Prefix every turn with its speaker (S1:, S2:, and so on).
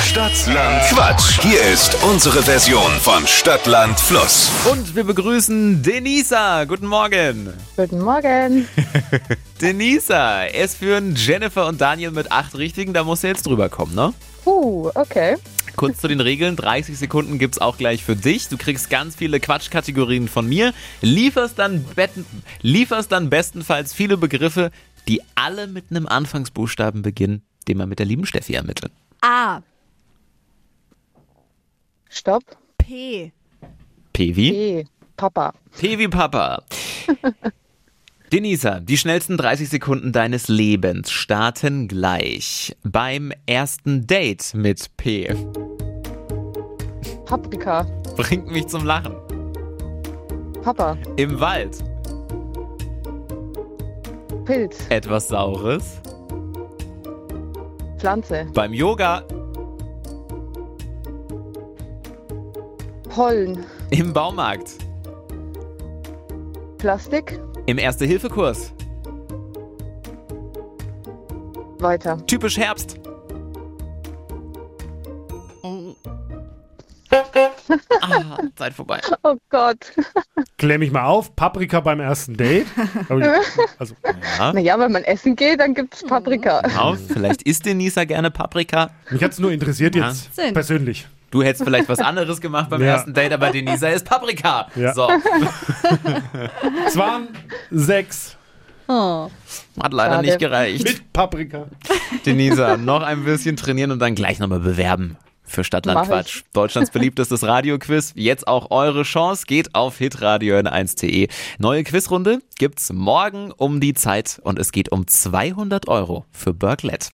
S1: Stadtland Quatsch. Hier ist unsere Version von Stadtland Fluss.
S2: Und wir begrüßen Denisa. Guten Morgen.
S3: Guten Morgen.
S2: Denisa, es führen Jennifer und Daniel mit acht Richtigen. Da musst du jetzt drüber kommen, ne?
S3: Uh, okay.
S2: Kurz zu den Regeln. 30 Sekunden gibt's auch gleich für dich. Du kriegst ganz viele Quatschkategorien von mir. Lieferst dann, betten, lieferst dann bestenfalls viele Begriffe, die alle mit einem Anfangsbuchstaben beginnen, den man mit der lieben Steffi ermittelt.
S4: A.
S3: Stopp.
S4: P.
S2: P wie?
S3: E. Papa.
S2: P wie Papa. Denisa, die schnellsten 30 Sekunden deines Lebens starten gleich beim ersten Date mit P.
S3: Paprika.
S2: Bringt mich zum Lachen.
S3: Papa.
S2: Im Wald
S3: Pilz.
S2: etwas Saures.
S3: Pflanze.
S2: Beim Yoga
S3: Pollen.
S2: im Baumarkt.
S3: Plastik.
S2: Im Erste-Hilfe-Kurs.
S3: Weiter.
S2: Typisch Herbst. Ah, Zeit vorbei.
S3: Oh Gott.
S5: Klär mich mal auf, Paprika beim ersten Date. Hab ich- Also,
S3: Naja, wenn man essen geht, dann gibt's Paprika.
S2: Auf. Vielleicht isst Denisa gerne Paprika.
S5: mich hat's nur interessiert jetzt
S4: Sinn.
S5: persönlich.
S2: Du hättest vielleicht was anderes gemacht beim
S5: Ja.
S2: ersten Date, aber Denisa ist Paprika.
S5: Ja.
S2: So,
S5: Es waren sechs
S4: Oh.
S2: hat leider
S3: Schade.
S2: nicht gereicht.
S5: mit Paprika.
S2: Denisa, noch ein bisschen trainieren und dann gleich nochmal bewerben für Stadtland
S3: Mach ich.
S2: Quatsch. Deutschlands beliebtestes Radioquiz. Jetzt auch eure Chance. Geht auf hitradio n1.de. Neue Quizrunde gibt's morgen um die Zeit und es geht um 200 Euro für Berglet.